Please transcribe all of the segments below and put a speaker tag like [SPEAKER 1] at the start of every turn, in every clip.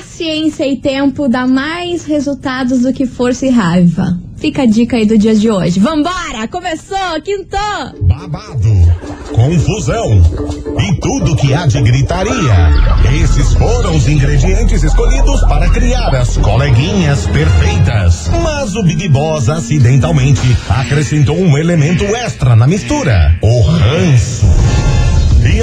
[SPEAKER 1] força e tempo dá mais resultados do que força e raiva. Fica a dica aí do dia de hoje. Vambora! Começou! Quintou!
[SPEAKER 2] Babado, confusão e tudo que há de gritaria. Esses foram os ingredientes escolhidos para criar as coleguinhas perfeitas. Mas o Big Boss acidentalmente acrescentou um elemento extra na mistura: o ranço. E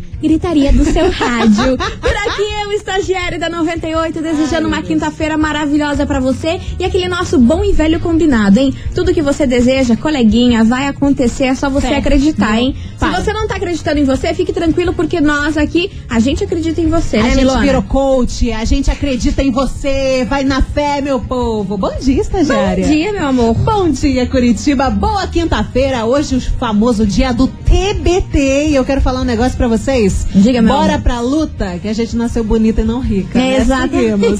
[SPEAKER 1] Gritaria do seu rádio. Por aqui eu, estagiário da 98, desejando uma quinta-feira maravilhosa pra você e aquele nosso bom e velho combinado, hein? Tudo que você deseja, coleguinha, vai acontecer, é só você
[SPEAKER 3] Certo.
[SPEAKER 1] acreditar, hein?
[SPEAKER 3] Fala.
[SPEAKER 1] Se você não tá acreditando em você, fique tranquilo porque nós aqui, a gente acredita em você,
[SPEAKER 3] A
[SPEAKER 1] né,
[SPEAKER 3] gente
[SPEAKER 1] Milona?
[SPEAKER 3] virou coach, a gente acredita em você, vai na fé, meu povo. Bom dia, estagiária.
[SPEAKER 1] Bom dia, meu amor.
[SPEAKER 3] Bom dia, Curitiba. Boa quinta-feira. Hoje o famoso dia do TBT. E eu quero falar um negócio pra vocês.
[SPEAKER 1] Diga, meu
[SPEAKER 3] Bora
[SPEAKER 1] amor.
[SPEAKER 3] pra luta, que a gente nasceu bonita e não rica. né?
[SPEAKER 1] Exatamente.
[SPEAKER 3] Seguimos.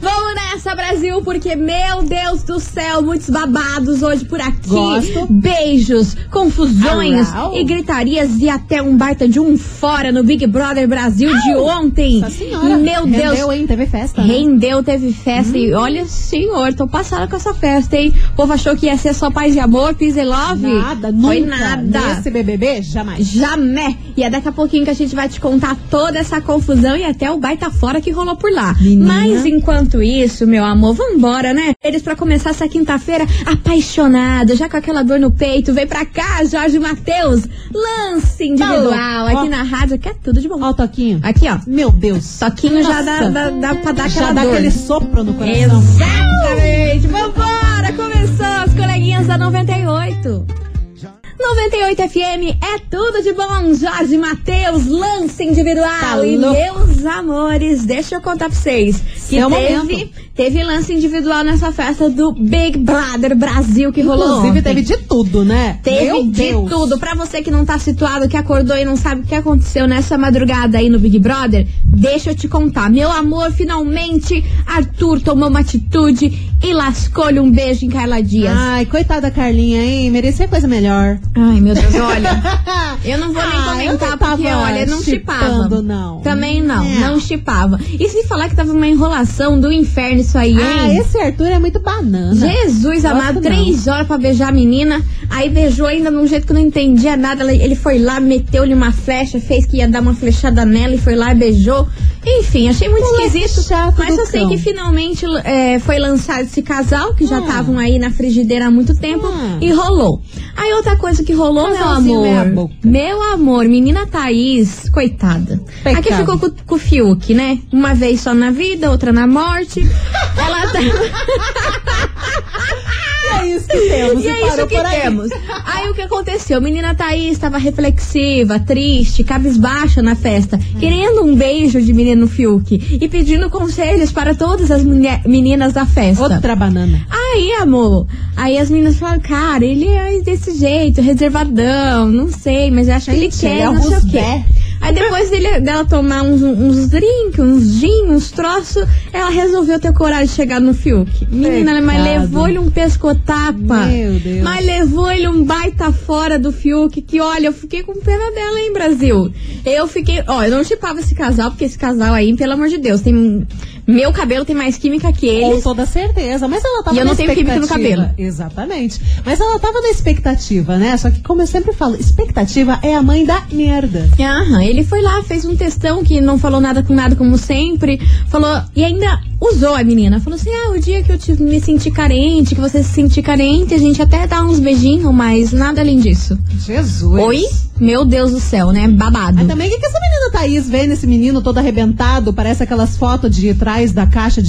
[SPEAKER 1] Vamos nessa, Brasil, porque, meu Deus do céu, muitos babados hoje por aqui.
[SPEAKER 3] Gosto. Ah,
[SPEAKER 1] Beijos, confusões
[SPEAKER 3] Arau.
[SPEAKER 1] e gritarias e até um baita de um fora no Big Brother Brasil de ontem.
[SPEAKER 3] Nossa senhora.
[SPEAKER 1] Meu Deus.
[SPEAKER 3] Rendeu, hein? Teve festa. né?
[SPEAKER 1] Rendeu, teve festa e olha, senhor, tô passada com essa festa, hein? O povo achou que ia ser só paz e amor, peace and love.
[SPEAKER 3] Nada, nunca.
[SPEAKER 1] Foi nada.
[SPEAKER 3] Nesse BBB, jamais.
[SPEAKER 1] Jamé! E é daqui a pouquinho que a gente vai te contar toda essa confusão e até o baita fora que rolou por lá.
[SPEAKER 3] Menina.
[SPEAKER 1] Mas enquanto isso, meu amor, vambora, né? Eles pra começar essa quinta-feira apaixonado, já com aquela dor no peito. Vem pra cá, Jorge Matheus! Lance individual
[SPEAKER 3] Ó.
[SPEAKER 1] aqui na rádio, que é tudo de bom.
[SPEAKER 3] Tá Ó o Toquinho.
[SPEAKER 1] Aqui, ó.
[SPEAKER 3] Meu Deus.
[SPEAKER 1] Toquinho já dá,
[SPEAKER 3] Nossa.
[SPEAKER 1] dá, dá pra dar aquela
[SPEAKER 3] Já dá
[SPEAKER 1] dor.
[SPEAKER 3] aquele sopro no coração.
[SPEAKER 1] Exatamente! Vambora! Começou as coleguinhas da 98. 98 FM é tudo de bom, Jorge Matheus, lance individual.
[SPEAKER 3] Tá
[SPEAKER 1] e
[SPEAKER 3] louco.
[SPEAKER 1] meus amores, deixa eu contar pra vocês que
[SPEAKER 3] Seu
[SPEAKER 1] teve,
[SPEAKER 3] momento.
[SPEAKER 1] teve lance individual nessa festa do Big Brother Brasil que rolou.
[SPEAKER 3] Inclusive,
[SPEAKER 1] ontem.
[SPEAKER 3] teve de tudo, né?
[SPEAKER 1] Teve
[SPEAKER 3] Meu
[SPEAKER 1] de
[SPEAKER 3] Deus.
[SPEAKER 1] tudo. Pra você que não tá situado, que acordou e não sabe o que aconteceu nessa madrugada aí no Big Brother, deixa eu te contar. Meu amor, finalmente, Arthur tomou uma atitude e lascou-lhe um beijo em Carla Dias.
[SPEAKER 3] Ai, coitada da Carlinha, hein? Merecia coisa melhor.
[SPEAKER 1] Ai, meu Deus, olha. Eu não vou nem
[SPEAKER 3] Ah, eu
[SPEAKER 1] comentar
[SPEAKER 3] não tava
[SPEAKER 1] porque, olha, não chipava.
[SPEAKER 3] chipando, não. É.
[SPEAKER 1] Também não,
[SPEAKER 3] Não.
[SPEAKER 1] não chipava. E se falar que tava uma enrolação do inferno isso aí, hein?
[SPEAKER 3] Ah, esse Arthur é muito banana.
[SPEAKER 1] Jesus
[SPEAKER 3] Gosto
[SPEAKER 1] amado,
[SPEAKER 3] não.
[SPEAKER 1] três horas pra beijar a menina. Aí beijou ainda de um jeito que eu não entendia nada. Ela- Ele foi lá, meteu-lhe uma flecha, fez que ia dar uma flechada nela e foi lá e beijou. Enfim, achei muito
[SPEAKER 3] Moleque
[SPEAKER 1] esquisito.
[SPEAKER 3] chato
[SPEAKER 1] mas
[SPEAKER 3] do
[SPEAKER 1] eu sei
[SPEAKER 3] cão.
[SPEAKER 1] que finalmente é, foi lançado esse casal, que já
[SPEAKER 3] Ah.
[SPEAKER 1] estavam aí na frigideira há muito tempo,
[SPEAKER 3] Ah.
[SPEAKER 1] e rolou. Aí outra coisa que rolou, meu
[SPEAKER 3] Casalzinho
[SPEAKER 1] amor.
[SPEAKER 3] meia boca.
[SPEAKER 1] Meu amor, menina Thaís, coitada.
[SPEAKER 3] Pecado.
[SPEAKER 1] Aqui ficou com, com o Fiuk, né? Uma vez só na vida, outra na morte. Ela tá.
[SPEAKER 3] E é isso que temos.
[SPEAKER 1] E é isso
[SPEAKER 3] parou
[SPEAKER 1] que
[SPEAKER 3] por aí.
[SPEAKER 1] temos. Aí o que aconteceu? Menina Thaís estava reflexiva, triste, cabisbaixa na festa,
[SPEAKER 3] Hum.
[SPEAKER 1] querendo um beijo de menino Fiuk e pedindo conselhos para todas as mulher- meninas da festa.
[SPEAKER 3] Outra banana.
[SPEAKER 1] Aí, amor, aí as meninas falam, cara, ele é desse jeito, reservadão, não sei, mas acho que ele
[SPEAKER 3] Gente, ele
[SPEAKER 1] quer,
[SPEAKER 3] é
[SPEAKER 1] não sei o quê.
[SPEAKER 3] Rusbé.
[SPEAKER 1] Aí depois dele- dela tomar uns, uns drinks, uns gin, uns troços, ela resolveu ter coragem de chegar no Fiuk. Menina,
[SPEAKER 3] Pecado.
[SPEAKER 1] mas levou-lhe um pescotapa.
[SPEAKER 3] Meu Deus.
[SPEAKER 1] Mas levou-lhe um baita fora do Fiuk, que olha, eu fiquei com pena dela, hein, Brasil. Eu fiquei, ó, eu não chipava esse casal, porque esse casal aí, pelo amor de Deus, tem... Meu cabelo tem mais química que
[SPEAKER 3] Com
[SPEAKER 1] ele.
[SPEAKER 3] toda certeza. Mas ela tava
[SPEAKER 1] E eu não
[SPEAKER 3] na
[SPEAKER 1] tenho
[SPEAKER 3] expectativa.
[SPEAKER 1] química no cabelo.
[SPEAKER 3] Exatamente. Mas ela tava na expectativa, né? Só que, como eu sempre falo, expectativa é a mãe da merda.
[SPEAKER 1] Aham, ele foi lá, fez um textão que não falou nada com nada, como sempre. Falou, e ainda usou a menina. Falou assim: ah, o dia que eu te, me senti carente, que você se sentir carente, a gente até dá uns beijinhos, mas nada além disso.
[SPEAKER 3] Jesus.
[SPEAKER 1] Oi? Meu Deus do céu, né? Babado.
[SPEAKER 3] Mas Ah, é também, o que, que essa menina Thaís vê nesse menino todo arrebentado? Parece aquelas fotos de trás da caixa de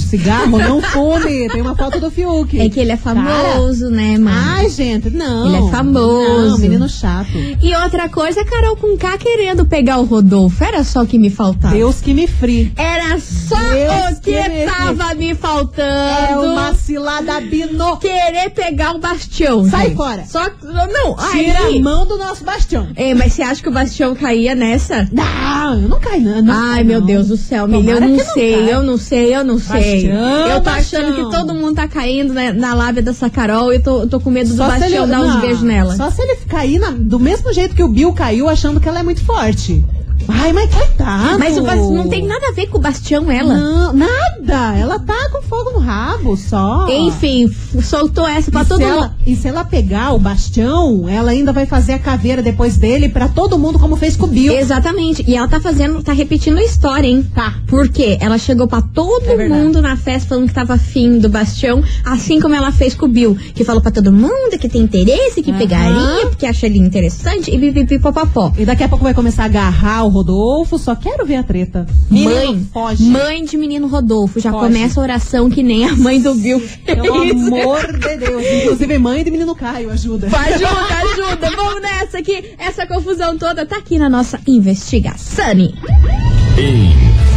[SPEAKER 3] cigarro. Não fume. Tem uma foto do Fiuk.
[SPEAKER 1] É que ele é famoso, né, mano?
[SPEAKER 3] Ai, gente, não.
[SPEAKER 1] Ele é famoso.
[SPEAKER 3] Não, menino chato.
[SPEAKER 1] E outra coisa, a Carol com K querendo Tá. pegar o Rodolfo. Era só o que me faltava.
[SPEAKER 3] Deus que me free.
[SPEAKER 1] Era só
[SPEAKER 3] Deus
[SPEAKER 1] o que
[SPEAKER 3] que me
[SPEAKER 1] Tava me
[SPEAKER 3] É
[SPEAKER 1] faltando.
[SPEAKER 3] uma cilada bino.
[SPEAKER 1] Querer pegar o bastião.
[SPEAKER 3] Sai
[SPEAKER 1] gente.
[SPEAKER 3] fora.
[SPEAKER 1] Só não,
[SPEAKER 3] Tira
[SPEAKER 1] aí.
[SPEAKER 3] a mão do nosso bastião.
[SPEAKER 1] Ei, mas você acha que o bastião caía nessa?
[SPEAKER 3] Não, eu não cai, não. não
[SPEAKER 1] Ai,
[SPEAKER 3] cai,
[SPEAKER 1] meu
[SPEAKER 3] não.
[SPEAKER 1] Deus do céu, Milha, eu
[SPEAKER 3] Tomara
[SPEAKER 1] não
[SPEAKER 3] que não
[SPEAKER 1] sei,
[SPEAKER 3] caia.
[SPEAKER 1] eu não sei, eu não sei.
[SPEAKER 3] Bastião,
[SPEAKER 1] eu tô
[SPEAKER 3] Bastião.
[SPEAKER 1] achando que todo mundo tá caindo né, na lábia dessa Carol e eu tô, eu tô com medo do
[SPEAKER 3] se
[SPEAKER 1] Bastião
[SPEAKER 3] ele-
[SPEAKER 1] dar uns
[SPEAKER 3] não,
[SPEAKER 1] beijos nela.
[SPEAKER 3] Só se ele cair na- do mesmo jeito que o Bill caiu, achando que ela é muito forte. Ai, mas coitado.
[SPEAKER 1] Mas o Bas- não tem nada a ver com o Bastião, ela.
[SPEAKER 3] Não, nada. Ela tá com fogo no rabo só.
[SPEAKER 1] Enfim, f- soltou essa pra
[SPEAKER 3] E
[SPEAKER 1] todo
[SPEAKER 3] se,
[SPEAKER 1] mundo.
[SPEAKER 3] ela, e se ela pegar o bastião, ela ainda vai fazer a caveira depois dele pra todo mundo, como fez com o Bill.
[SPEAKER 1] Exatamente. E ela tá fazendo, tá repetindo a história, hein?
[SPEAKER 3] Tá.
[SPEAKER 1] Por quê? Ela chegou pra todo
[SPEAKER 3] É verdade.
[SPEAKER 1] mundo na festa falando que tava afim do Bastião, assim como ela fez com o Bill, que falou pra todo mundo que tem interesse, que
[SPEAKER 3] Aham.
[SPEAKER 1] pegaria, porque acha ele interessante e pipipipopopó.
[SPEAKER 3] E daqui a pouco vai começar a agarrar o Rodolfo, só quero ver a treta.
[SPEAKER 1] Mãe,
[SPEAKER 3] Menino, foge.
[SPEAKER 1] mãe de menino Rodolfo, já
[SPEAKER 3] Foge.
[SPEAKER 1] começa a oração que nem a mãe do Bill fez.
[SPEAKER 3] Pelo amor de Deus. Inclusive, mãe do menino Caio, ajuda.
[SPEAKER 1] Ajuda, ajuda, vamos nessa aqui. Essa confusão toda tá aqui na nossa investigação.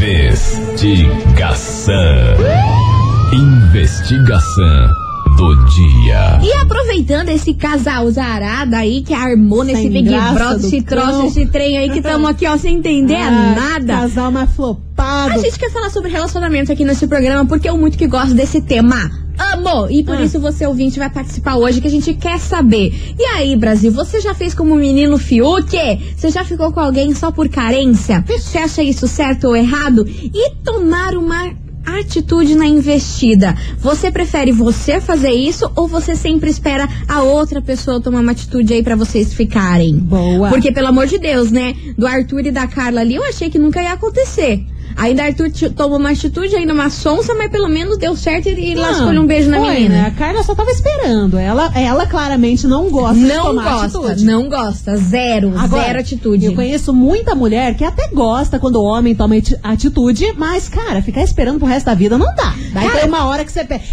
[SPEAKER 4] Investigação. Investigação do dia.
[SPEAKER 1] E aproveitando esse casal zarada aí que armou nesse
[SPEAKER 3] Sem
[SPEAKER 1] Big
[SPEAKER 3] graça
[SPEAKER 1] Brother,
[SPEAKER 3] do
[SPEAKER 1] esse
[SPEAKER 3] cão.
[SPEAKER 1] troço, esse trem aí que estamos aqui, ó, sem entender
[SPEAKER 3] Ah,
[SPEAKER 1] nada.
[SPEAKER 3] Casal mais
[SPEAKER 1] A
[SPEAKER 3] flopado.
[SPEAKER 1] gente quer falar sobre relacionamentos aqui nesse programa porque eu muito que gosto desse tema. Amo! E por
[SPEAKER 3] Ah.
[SPEAKER 1] isso você, ouvinte, vai participar hoje que a gente quer saber. E aí, Brasil, você já fez como menino Fiuk? Você já ficou com alguém só por carência? Você acha isso certo ou errado? E tomar uma atitude na investida. Você prefere você fazer isso ou você sempre espera a outra pessoa tomar uma atitude aí pra vocês ficarem?
[SPEAKER 3] Boa.
[SPEAKER 1] Porque, pelo amor de Deus, né? Do Arthur e da Carla ali, eu achei que nunca ia acontecer. Ainda Arthur t- tomou uma atitude, ainda uma sonsa, mas pelo menos deu certo e, e
[SPEAKER 3] Não,
[SPEAKER 1] lascou-lhe um beijo na
[SPEAKER 3] foi, né?
[SPEAKER 1] menina.
[SPEAKER 3] A Carla só tava esperando. Ela, ela claramente não gosta de
[SPEAKER 1] Não
[SPEAKER 3] tomar
[SPEAKER 1] gosta,
[SPEAKER 3] atitude.
[SPEAKER 1] não gosta. Zero,
[SPEAKER 3] Agora,
[SPEAKER 1] zero atitude.
[SPEAKER 3] Eu conheço muita mulher que até gosta quando o homem toma ati- atitude, mas, cara, ficar esperando pro resto da vida não dá. Daí
[SPEAKER 1] Cara-
[SPEAKER 3] tem uma hora que você pega.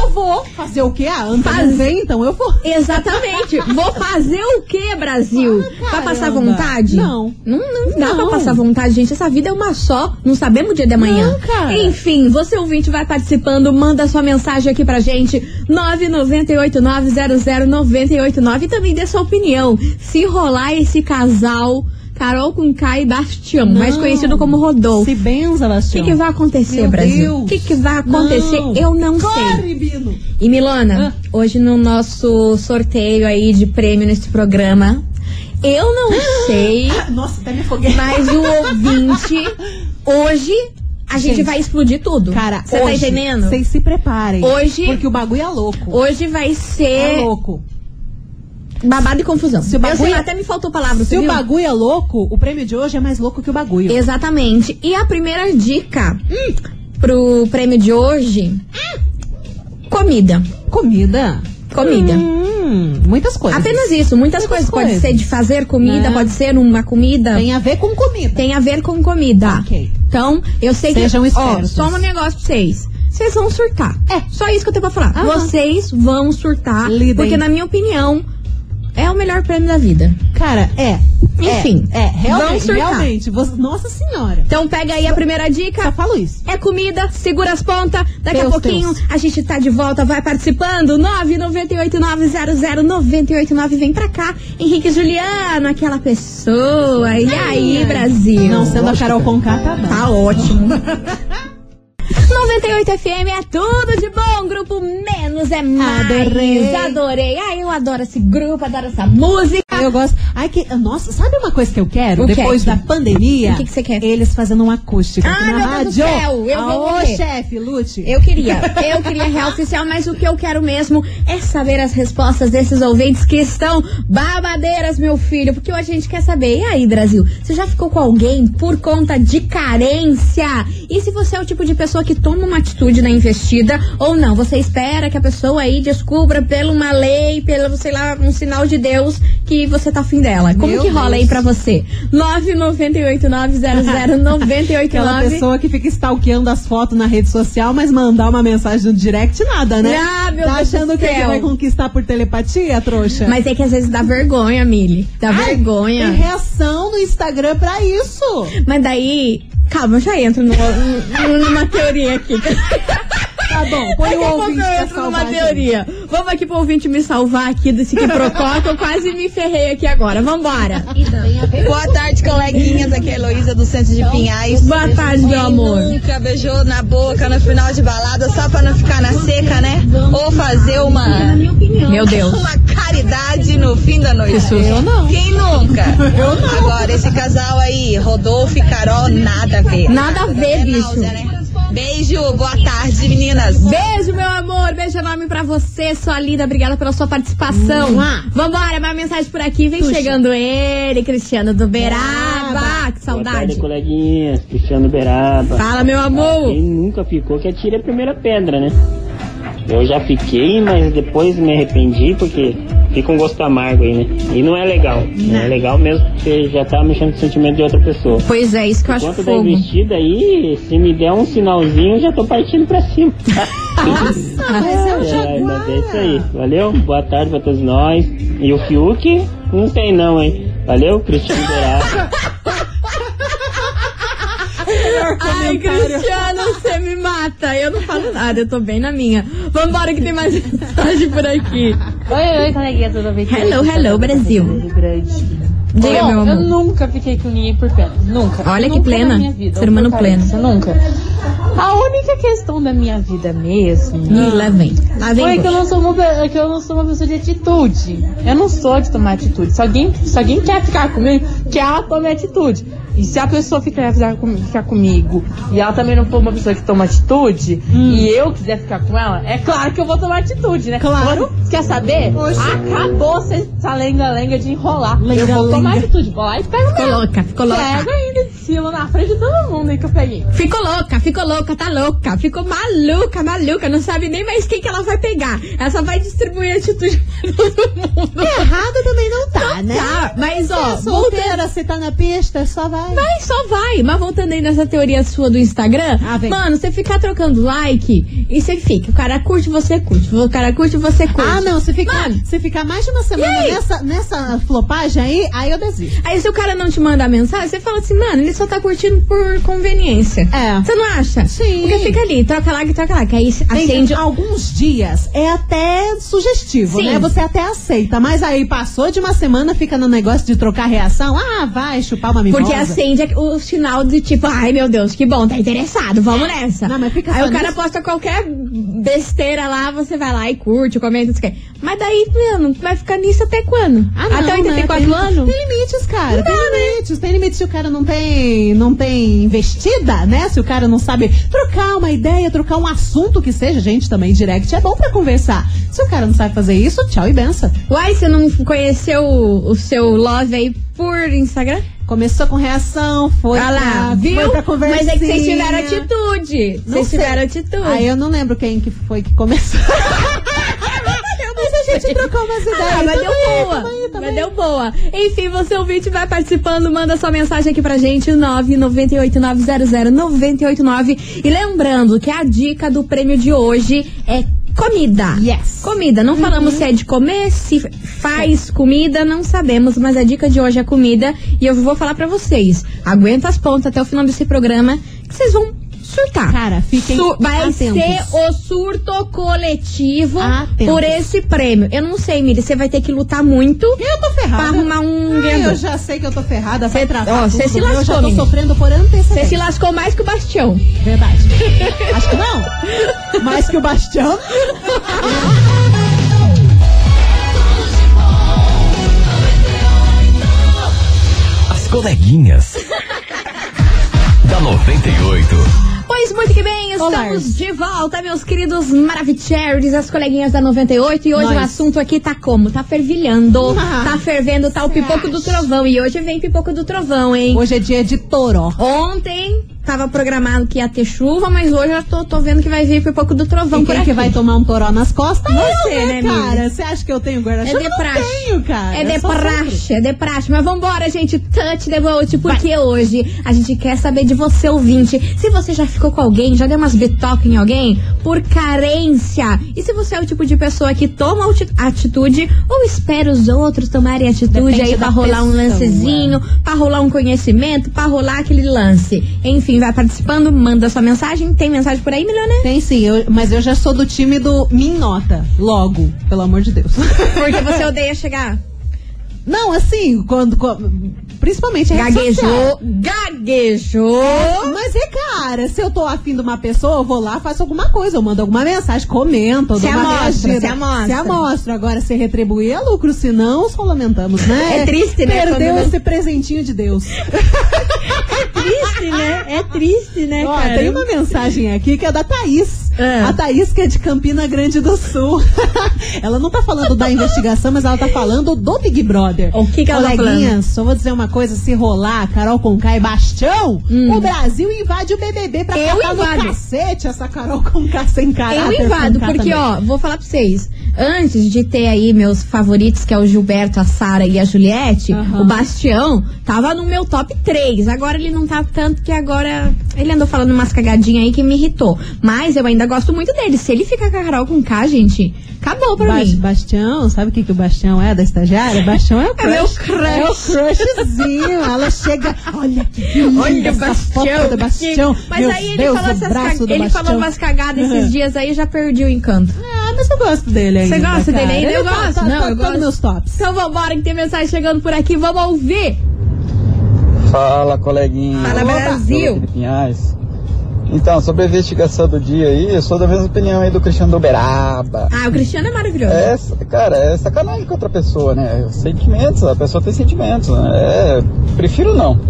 [SPEAKER 3] Eu vou fazer o quê? Ah, Anta não
[SPEAKER 1] Faz-
[SPEAKER 3] vem, então eu vou.
[SPEAKER 1] Exatamente. Vou fazer o que, Brasil?
[SPEAKER 3] Ah,
[SPEAKER 1] pra passar
[SPEAKER 3] caramba.
[SPEAKER 1] vontade?
[SPEAKER 3] Não.
[SPEAKER 1] Não, não dá
[SPEAKER 3] Não.
[SPEAKER 1] pra passar vontade, gente. Essa vida é uma só. Não sabemos o dia de amanhã.
[SPEAKER 3] Não, cara.
[SPEAKER 1] Enfim, você ouvinte vai participando, manda sua mensagem aqui pra gente. 998900989 e também dê sua opinião. Se rolar esse casal, Carol com Kai e Bastião, mais
[SPEAKER 3] Não.
[SPEAKER 1] conhecido como Rodolfo.
[SPEAKER 3] Se
[SPEAKER 1] O
[SPEAKER 3] benza,
[SPEAKER 1] que,
[SPEAKER 3] Bastião.
[SPEAKER 1] que vai acontecer,
[SPEAKER 3] Meu
[SPEAKER 1] Brasil?
[SPEAKER 3] Deus.
[SPEAKER 1] O que, que vai acontecer? Eu não sei.
[SPEAKER 3] Corre, Bino.
[SPEAKER 1] E Milona, hoje no nosso sorteio aí de prêmio nesse programa, eu não sei,
[SPEAKER 3] Nossa, até me afoguei.
[SPEAKER 1] mas o ouvinte, hoje a gente,
[SPEAKER 3] Gente,
[SPEAKER 1] vai explodir tudo.
[SPEAKER 3] Cara,
[SPEAKER 1] você tá
[SPEAKER 3] hoje,
[SPEAKER 1] entendendo?
[SPEAKER 3] Vocês se preparem.
[SPEAKER 1] Hoje-
[SPEAKER 3] Porque o bagulho é louco.
[SPEAKER 1] Hoje vai
[SPEAKER 3] É
[SPEAKER 1] ser
[SPEAKER 3] louco.
[SPEAKER 1] babado e confusão.
[SPEAKER 3] Se o
[SPEAKER 1] eu sei,
[SPEAKER 3] bagulho-
[SPEAKER 1] até me faltou palavra,
[SPEAKER 3] Se
[SPEAKER 1] você
[SPEAKER 3] o
[SPEAKER 1] viu?
[SPEAKER 3] bagulho é louco, o prêmio de hoje é mais louco que o bagulho.
[SPEAKER 1] Exatamente. E a primeira dica
[SPEAKER 3] Hum.
[SPEAKER 1] pro prêmio de hoje, comida.
[SPEAKER 3] Comida.
[SPEAKER 1] Comida.
[SPEAKER 3] Hum, muitas coisas.
[SPEAKER 1] Apenas isso, muitas,
[SPEAKER 3] Muitas
[SPEAKER 1] coisas. Pode
[SPEAKER 3] coisas.
[SPEAKER 1] ser de fazer comida,
[SPEAKER 3] Né?
[SPEAKER 1] pode ser uma comida.
[SPEAKER 3] Tem a ver com comida.
[SPEAKER 1] Ah. tem a ver com comida.
[SPEAKER 3] Ok.
[SPEAKER 1] Então, eu sei
[SPEAKER 3] Sejam
[SPEAKER 1] que.
[SPEAKER 3] espertos.
[SPEAKER 1] Ó, só um negócio pra vocês. Vocês vão surtar.
[SPEAKER 3] É.
[SPEAKER 1] Só isso que eu tenho pra falar.
[SPEAKER 3] Aham.
[SPEAKER 1] Vocês vão surtar.
[SPEAKER 3] Lidem.
[SPEAKER 1] Porque, na minha opinião, é o melhor prêmio da vida.
[SPEAKER 3] Cara, é.
[SPEAKER 1] Enfim,
[SPEAKER 3] É, é
[SPEAKER 1] vamos
[SPEAKER 3] realmente.
[SPEAKER 1] surtar.
[SPEAKER 3] realmente você- nossa senhora.
[SPEAKER 1] Então, pega aí a primeira dica.
[SPEAKER 3] Só falo isso.
[SPEAKER 1] É comida, segura as pontas. Daqui a
[SPEAKER 3] Deus,
[SPEAKER 1] pouquinho a gente tá de volta, vai participando. 998900989. Vem pra cá, Henrique e Juliano, aquela pessoa. E aí, Brasil?
[SPEAKER 3] É. Não sendo a Carol Conká, tá bom.
[SPEAKER 1] Tá ótimo. 98 FM é tudo de bom, grupo menos é mais.
[SPEAKER 3] Adorei.
[SPEAKER 1] Adorei. Ai, eu adoro esse grupo, adoro essa música.
[SPEAKER 3] Eu gosto. Ai, que. Nossa, sabe uma coisa que eu quero?
[SPEAKER 1] Ah, O que
[SPEAKER 3] Depois
[SPEAKER 1] é que-
[SPEAKER 3] da pandemia.
[SPEAKER 1] o que que você quer?
[SPEAKER 3] Eles fazendo um acústico aqui
[SPEAKER 1] Ah,
[SPEAKER 3] na
[SPEAKER 1] meu
[SPEAKER 3] rádio.
[SPEAKER 1] Deus do céu, eu vou
[SPEAKER 3] Aô,
[SPEAKER 1] morrer.
[SPEAKER 3] chefe, Lute.
[SPEAKER 1] Eu queria, eu queria real oficial, mas o que eu quero mesmo é saber as respostas desses ouvintes que estão babadeiras, meu filho. Porque hoje a gente quer saber. E aí, Brasil, você já ficou com alguém por conta de carência? E se você é o tipo de pessoa que toma uma atitude na investida ou não? Você espera que a pessoa aí descubra pela uma lei, pelo, sei lá, um sinal de Deus que você tá afim dela. Como
[SPEAKER 3] Meu
[SPEAKER 1] que rola aí
[SPEAKER 3] Deus.
[SPEAKER 1] pra você? 998 900
[SPEAKER 3] Aquela
[SPEAKER 1] 989
[SPEAKER 3] pessoa que fica stalkeando as fotos na rede social, mas mandar uma mensagem no direct, nada, né?
[SPEAKER 1] Ah, meu
[SPEAKER 3] tá
[SPEAKER 1] Deus do
[SPEAKER 3] achando que
[SPEAKER 1] céu.
[SPEAKER 3] ele vai conquistar por telepatia, trouxa?
[SPEAKER 1] Mas é que às vezes dá vergonha, Mili. Dá
[SPEAKER 3] Ai, é Tem
[SPEAKER 1] vergonha.
[SPEAKER 3] reação no Instagram pra isso.
[SPEAKER 1] Mas daí, Calma, eu já entro numa, num- numa teoria aqui.
[SPEAKER 3] Tá bom, põe
[SPEAKER 1] Daqui
[SPEAKER 3] o
[SPEAKER 1] a pouco
[SPEAKER 3] ouvinte
[SPEAKER 1] eu
[SPEAKER 3] pra
[SPEAKER 1] entro numa
[SPEAKER 3] salvar. a gente.
[SPEAKER 1] teoria. Vamos aqui pro ouvinte me salvar aqui desse que que eu quase me ferrei aqui agora. Vambora.
[SPEAKER 5] Boa tarde, coleguinhas. Aqui é a Heloísa do Centro de Pinhais.
[SPEAKER 1] Boa tarde, meu amor.
[SPEAKER 5] Quem Nunca beijou na boca no final de balada só pra não ficar na seca, né? Ou fazer uma,
[SPEAKER 1] Meu Deus.
[SPEAKER 5] uma caridade no fim da noite.
[SPEAKER 1] Eu não.
[SPEAKER 5] Quem nunca? Agora, esse casal aí, Rodolfo e Carol, nada a ver.
[SPEAKER 1] Nada a ver,
[SPEAKER 5] É
[SPEAKER 1] bicho.
[SPEAKER 5] náusea, né? Beijo, boa tarde, meninas.
[SPEAKER 1] Beijo, meu amor. Beijo enorme pra você, sua linda. Obrigada pela sua participação. Vambora, mais mensagem por aqui. Vem chegando ele, Cristiano do Beraba. Que
[SPEAKER 6] Boa tarde,
[SPEAKER 1] saudade.
[SPEAKER 6] coleguinhas. Cristiano Beraba.
[SPEAKER 1] Fala, meu amor.
[SPEAKER 6] Quem nunca ficou que atire a primeira pedra, né? Eu já fiquei, mas depois me arrependi porque fica um gosto amargo aí, né? E não é legal. Não, é legal mesmo porque já tá mexendo com o sentimento de outra pessoa.
[SPEAKER 1] Pois é, isso que eu acho
[SPEAKER 6] Quanto da
[SPEAKER 1] fogo.
[SPEAKER 6] investida aí, se me der um sinalzinho, eu já tô partindo pra cima.
[SPEAKER 1] Ah,
[SPEAKER 3] Mas é um
[SPEAKER 6] É, mas é isso
[SPEAKER 3] jaguar.
[SPEAKER 6] aí. Valeu, boa tarde pra todos nós. E o Fiuk, não tem não, hein? Valeu, Cristiano Beraba.
[SPEAKER 1] Ai, Cristiano, você me mata. Eu não falo nada, eu tô bem na minha. Vambora que tem mais mensagem por aqui.
[SPEAKER 7] Oi, oi, coleguinha, tudo bem?
[SPEAKER 1] Hello, hello, Brasil. Diga,
[SPEAKER 7] Bom,
[SPEAKER 1] meu
[SPEAKER 7] eu
[SPEAKER 1] amor.
[SPEAKER 7] nunca fiquei com ninguém por pena. Nunca.
[SPEAKER 1] Olha que
[SPEAKER 7] Nunca na
[SPEAKER 1] plena.
[SPEAKER 7] minha vida.
[SPEAKER 1] Ser humano
[SPEAKER 7] Por causa
[SPEAKER 1] pleno.
[SPEAKER 7] disso, Nunca. A única questão da minha vida mesmo
[SPEAKER 1] E lá vem. Lá
[SPEAKER 7] foi
[SPEAKER 1] vem.
[SPEAKER 7] que
[SPEAKER 1] Gosto.
[SPEAKER 7] eu, não sou uma, pe- é que eu não sou uma pessoa de atitude. Eu não sou de tomar atitude. Se alguém, se alguém quer ficar comigo, que ela tome atitude. E se a pessoa ficar, ficar com- ficar comigo e ela também não for uma pessoa que toma atitude,
[SPEAKER 3] Hum.
[SPEAKER 7] e eu quiser ficar com ela, é claro que eu vou tomar atitude, né?
[SPEAKER 3] Claro.
[SPEAKER 7] Mas, quer saber?
[SPEAKER 3] Oxe.
[SPEAKER 7] Acabou essa lenga-lenga de enrolar. eu vou
[SPEAKER 3] Lenga-lenga.
[SPEAKER 7] tomar atitude. Vou lá e pego mesmo.
[SPEAKER 1] Coloca, ficou louca.
[SPEAKER 7] Pego ainda de cima na frente de todo mundo aí que eu peguei.
[SPEAKER 1] Ficou louca, ficou louca, tá louca. Ficou maluca, maluca. Não sabe nem mais quem que ela vai pegar. Ela só vai distribuir atitude pra todo mundo.
[SPEAKER 3] Errado também não tá, né?
[SPEAKER 1] Tá, mas ó,
[SPEAKER 3] Você é solteira, você tá na pista, só vai.
[SPEAKER 1] Vai, só vai. Mas voltando aí nessa teoria sua do Instagram,
[SPEAKER 3] Ah, vem.
[SPEAKER 1] mano, você ficar trocando like e você fica. O cara curte, você curte. O cara curte, você curte.
[SPEAKER 3] Ah, não, se ficar,
[SPEAKER 1] Mano.
[SPEAKER 3] se ficar mais de uma semana
[SPEAKER 1] E aí?
[SPEAKER 3] nessa, nessa flopagem aí, aí eu desisto.
[SPEAKER 1] Aí se o cara não te mandar mensagem, você fala assim, mano, ele só tá curtindo por conveniência.
[SPEAKER 3] É.
[SPEAKER 1] Você não acha?
[SPEAKER 3] Sim.
[SPEAKER 1] Porque fica ali, troca like, troca like. Aí
[SPEAKER 3] Tem
[SPEAKER 1] acende.
[SPEAKER 3] alguns dias é até sugestivo,
[SPEAKER 1] Sim.
[SPEAKER 3] né? Você até aceita, mas aí passou de uma semana, fica no negócio de trocar reação. Ah, vai chupar uma mimosa.
[SPEAKER 1] Porque assim, acende o sinal de tipo, ai meu Deus, que bom, tá interessado, vamos nessa.
[SPEAKER 3] Não, mas fica
[SPEAKER 1] Aí
[SPEAKER 3] só
[SPEAKER 1] o cara
[SPEAKER 3] nisso.
[SPEAKER 1] posta qualquer besteira lá, você vai lá e curte, comenta, não sei o quê. Mas daí, mano, vai ficar nisso até quando?
[SPEAKER 3] Ah, não,
[SPEAKER 1] até 84
[SPEAKER 3] né? Tem-
[SPEAKER 1] anos? né?
[SPEAKER 3] Tem limites, cara. tem limites. Tem limites se o cara não tem, não tem investida, né? Se o cara não sabe trocar uma ideia, trocar um assunto que seja, gente, também direct é bom pra conversar. Se o cara não sabe fazer isso, tchau e benção.
[SPEAKER 1] Uai, você não conheceu o, o seu love aí por Instagram?
[SPEAKER 3] Começou com reação, foi
[SPEAKER 1] Ah lá,
[SPEAKER 3] pra, foi
[SPEAKER 1] viu?
[SPEAKER 3] pra conversinha.
[SPEAKER 1] Mas é que vocês tiveram atitude.
[SPEAKER 3] Não
[SPEAKER 1] Vocês
[SPEAKER 3] sei.
[SPEAKER 1] tiveram atitude.
[SPEAKER 3] Aí eu não lembro quem que foi que começou. mas a gente trocou umas ideias.
[SPEAKER 1] Ah, mas
[SPEAKER 3] Tamo
[SPEAKER 1] deu
[SPEAKER 3] aí,
[SPEAKER 1] boa.
[SPEAKER 3] tamo aí, tamo
[SPEAKER 1] Mas
[SPEAKER 3] aí.
[SPEAKER 1] deu boa. Enfim, você ouvinte vai participando, manda sua mensagem aqui pra gente, o 998900989. E lembrando que a dica do prêmio de hoje é comida.
[SPEAKER 3] Yes. Uhum.
[SPEAKER 1] Comida. Não falamos se é de comer, se faz comida, não sabemos, mas a dica de hoje é comida. E eu vou falar pra vocês. Aguenta as pontas até o final desse programa, que vocês vão surtar.
[SPEAKER 3] Cara, fiquem
[SPEAKER 1] Sur- Vai
[SPEAKER 3] atentos.
[SPEAKER 1] ser o surto coletivo
[SPEAKER 3] Atentos.
[SPEAKER 1] por esse prêmio. Eu não sei, Miri, você vai ter que lutar muito
[SPEAKER 3] Eu tô
[SPEAKER 1] pra
[SPEAKER 3] ferrada.
[SPEAKER 1] arrumar um
[SPEAKER 3] Ai, eu
[SPEAKER 1] ganhador.
[SPEAKER 3] já sei que eu tô ferrada.
[SPEAKER 1] Cê-
[SPEAKER 3] Vai travar
[SPEAKER 1] ó, cê
[SPEAKER 3] tudo.
[SPEAKER 1] se
[SPEAKER 3] Eu já
[SPEAKER 1] lascou,
[SPEAKER 3] tô
[SPEAKER 1] menina.
[SPEAKER 3] sofrendo por
[SPEAKER 1] Você se
[SPEAKER 3] antecedência.
[SPEAKER 1] lascou mais que o Bastião.
[SPEAKER 3] Verdade. Acho que não. Mais que o Bastião.
[SPEAKER 4] As coleguinhas. da 98.
[SPEAKER 1] Pois muito que bem, estamos
[SPEAKER 3] Olá.
[SPEAKER 1] de volta, meus queridos maravicheries, as coleguinhas da 98. E hoje
[SPEAKER 3] Nós.
[SPEAKER 1] o assunto aqui tá como? Tá fervilhando,
[SPEAKER 3] Ah,
[SPEAKER 1] tá fervendo, tá o pipoco do trovão. E hoje vem pipoco do trovão, hein?
[SPEAKER 3] Hoje é dia de toró.
[SPEAKER 1] Ontem tava programado que ia ter chuva, mas hoje eu tô, tô vendo que vai vir pipoco do trovão
[SPEAKER 3] E
[SPEAKER 1] por
[SPEAKER 3] quem
[SPEAKER 1] aqui.
[SPEAKER 3] que vai tomar um toró nas costas?
[SPEAKER 1] Você,
[SPEAKER 3] eu,
[SPEAKER 1] né,
[SPEAKER 3] cara?
[SPEAKER 1] amiga?
[SPEAKER 3] Você acha que eu tenho guarda-chuva?
[SPEAKER 1] É de
[SPEAKER 3] Eu não
[SPEAKER 1] praxe.
[SPEAKER 3] tenho, cara.
[SPEAKER 1] É de
[SPEAKER 3] só sempre.
[SPEAKER 1] praxe, é de praxe. Mas vambora, gente. Touch the boat, porque hoje a gente quer saber de você, ouvinte. Se você já ficou com alguém, já deu umas bitoca em alguém, por carência. E se você é o tipo de pessoa que toma ati- atitude ou espera os outros tomarem atitude
[SPEAKER 7] Depende
[SPEAKER 1] aí
[SPEAKER 7] da
[SPEAKER 1] pra rolar um
[SPEAKER 7] pessoa.
[SPEAKER 1] lancezinho,
[SPEAKER 3] né?
[SPEAKER 1] pra rolar um conhecimento, pra rolar aquele lance. Enfim, vai participando, manda sua mensagem. Tem mensagem por aí, milionário?
[SPEAKER 3] Tem sim, eu- mas eu já sou do time do Minhota. Logo, pelo amor de Deus.
[SPEAKER 1] Porque você odeia chegar.
[SPEAKER 3] Não, assim, quando. quando- principalmente rede social.
[SPEAKER 1] Gaguejou, gaguejou.
[SPEAKER 3] Mas é cara, se eu tô afim de uma pessoa, eu vou lá, faço alguma coisa, eu mando alguma mensagem, comento, eu
[SPEAKER 1] Se
[SPEAKER 3] dou uma
[SPEAKER 1] amostra,
[SPEAKER 3] reagida.
[SPEAKER 1] se amostra.
[SPEAKER 3] Se amostra. Agora, se retribuir é lucro, se não, só lamentamos, né?
[SPEAKER 1] É triste, né,
[SPEAKER 3] Perdeu
[SPEAKER 1] quando não-
[SPEAKER 3] esse presentinho de Deus.
[SPEAKER 1] triste, né? É triste, né,
[SPEAKER 3] Ó,
[SPEAKER 1] cara?
[SPEAKER 3] tem uma mensagem aqui que é da Thaís.
[SPEAKER 1] Ah.
[SPEAKER 3] A Thaís que é de Campina Grande do Sul. ela não tá falando da investigação, mas ela tá falando do Big Brother.
[SPEAKER 1] O que que ela tá
[SPEAKER 3] Coleguinhas, só vou dizer uma coisa, se rolar Carol Conká e Bastião, o Brasil invade o BBB pra
[SPEAKER 1] Hum. Eu
[SPEAKER 3] catar
[SPEAKER 1] invado.
[SPEAKER 3] no cacete essa Carol Conká sem caráter.
[SPEAKER 1] Eu um invado,
[SPEAKER 3] Conká
[SPEAKER 1] porque,
[SPEAKER 3] também.
[SPEAKER 1] ó, vou falar pra vocês. Antes de ter aí meus favoritos, que é o Gilberto, a Sara e a Juliette,
[SPEAKER 3] Aham.
[SPEAKER 1] o Bastião tava no meu top 3. Agora ele não tá tanto que agora ele andou falando umas cagadinhas aí que me irritou. Mas eu ainda gosto muito dele. Se ele ficar com a Carol com K, gente, acabou pra
[SPEAKER 3] Bas-
[SPEAKER 1] mim.
[SPEAKER 3] Bastião, sabe o que, que o Bastião é da estagiária? Bastião é o crush.
[SPEAKER 1] meu crush.
[SPEAKER 3] É o crushzinho. Ela chega, olha que linda
[SPEAKER 1] Olha o
[SPEAKER 3] essa
[SPEAKER 1] Bastião.
[SPEAKER 3] foto do Bastião.
[SPEAKER 1] Mas
[SPEAKER 3] Meu
[SPEAKER 1] aí ele
[SPEAKER 3] Deus,
[SPEAKER 1] falou
[SPEAKER 3] o
[SPEAKER 1] essas
[SPEAKER 3] braço
[SPEAKER 1] ca-
[SPEAKER 3] do
[SPEAKER 1] ele
[SPEAKER 3] Bastião.
[SPEAKER 1] falou umas cagadas esses
[SPEAKER 3] Uhum.
[SPEAKER 1] dias aí já perdi o encanto.
[SPEAKER 3] Ah, mas eu gosto dele ainda.
[SPEAKER 1] Você gosta
[SPEAKER 3] cara.
[SPEAKER 1] dele ainda?
[SPEAKER 3] Ele
[SPEAKER 1] Eu
[SPEAKER 3] tá-
[SPEAKER 1] gosto.
[SPEAKER 3] Tá,
[SPEAKER 1] Não, eu
[SPEAKER 3] tá, tá nos
[SPEAKER 1] gosto.
[SPEAKER 3] meus tops.
[SPEAKER 1] Então vambora que tem mensagem chegando por aqui, vamos ouvir.
[SPEAKER 8] Fala, coleguinha.
[SPEAKER 1] Fala, Brasil.
[SPEAKER 8] Felipe Pinhais. Então, sobre a investigação do dia aí, eu sou da mesma opinião aí do Cristiano do Uberaba.
[SPEAKER 1] Ah, o Cristiano é maravilhoso.
[SPEAKER 8] É, cara, é sacanagem com outra pessoa, né? Sentimentos, a pessoa tem sentimentos, né? É, prefiro não.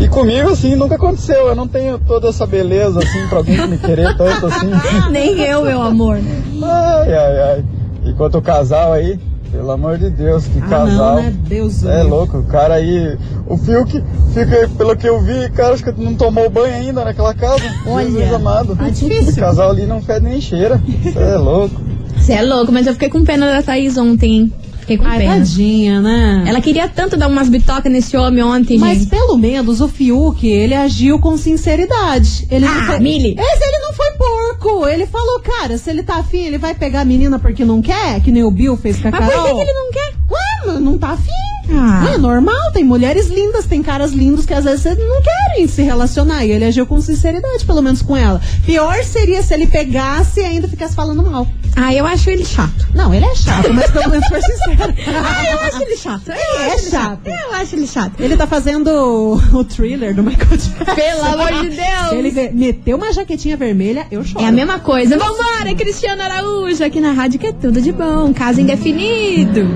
[SPEAKER 8] E comigo, assim, nunca aconteceu. Eu não tenho toda essa beleza, assim, pra alguém me querer tanto, assim.
[SPEAKER 1] Nem eu, meu amor.
[SPEAKER 8] Ai, ai, ai. Enquanto o casal aí, pelo amor de Deus, que
[SPEAKER 3] Ah,
[SPEAKER 8] casal.
[SPEAKER 3] não, né? Deus.
[SPEAKER 8] É
[SPEAKER 3] meu.
[SPEAKER 8] louco, o cara aí. O Fiuk, fica, pelo que eu vi, cara, acho que não tomou banho ainda naquela casa.
[SPEAKER 3] Olha,
[SPEAKER 8] Jesus amado.
[SPEAKER 3] tá difícil.
[SPEAKER 8] Esse casal ali não fede nem cheira. Você é louco.
[SPEAKER 1] Você é louco, mas eu fiquei com pena da Thaís ontem, hein? Fiquei com
[SPEAKER 3] Ai,
[SPEAKER 1] pena.
[SPEAKER 3] tadinha, né?
[SPEAKER 1] Ela queria tanto dar umas bitocas nesse homem ontem,
[SPEAKER 3] Mas
[SPEAKER 1] gente.
[SPEAKER 3] pelo menos o Fiuk, ele agiu com sinceridade. Ele
[SPEAKER 1] Ah,
[SPEAKER 3] não foi...
[SPEAKER 1] Mili.
[SPEAKER 3] Mas ele não foi porco. Ele falou, cara, se ele tá afim, ele vai pegar a menina porque não quer, que nem o Bill fez com a
[SPEAKER 1] Mas
[SPEAKER 3] Carol.
[SPEAKER 1] por que, que ele não quer?
[SPEAKER 3] Ué, mas não tá afim.
[SPEAKER 1] Ah.
[SPEAKER 3] É normal, tem mulheres lindas, tem caras lindos que às vezes cê não querem se relacionar. E ele agiu com sinceridade, pelo menos com ela. Pior seria se ele pegasse e ainda ficasse falando mal.
[SPEAKER 1] Ah, eu acho ele chato.
[SPEAKER 3] Não, ele é chato, mas pelo menos foi sincero.
[SPEAKER 1] Ah, eu acho ele chato. Eu
[SPEAKER 3] É
[SPEAKER 1] acho ele
[SPEAKER 3] chato.
[SPEAKER 1] Eu acho ele chato.
[SPEAKER 3] Ele tá fazendo o thriller do Michael Jackson.
[SPEAKER 1] Pelo amor de Deus.
[SPEAKER 3] Se ele ve- meteu uma jaquetinha vermelha, eu choro.
[SPEAKER 1] É a mesma coisa. Vambora, Cristiano Araújo, aqui na rádio que é tudo de bom. Caso indefinido.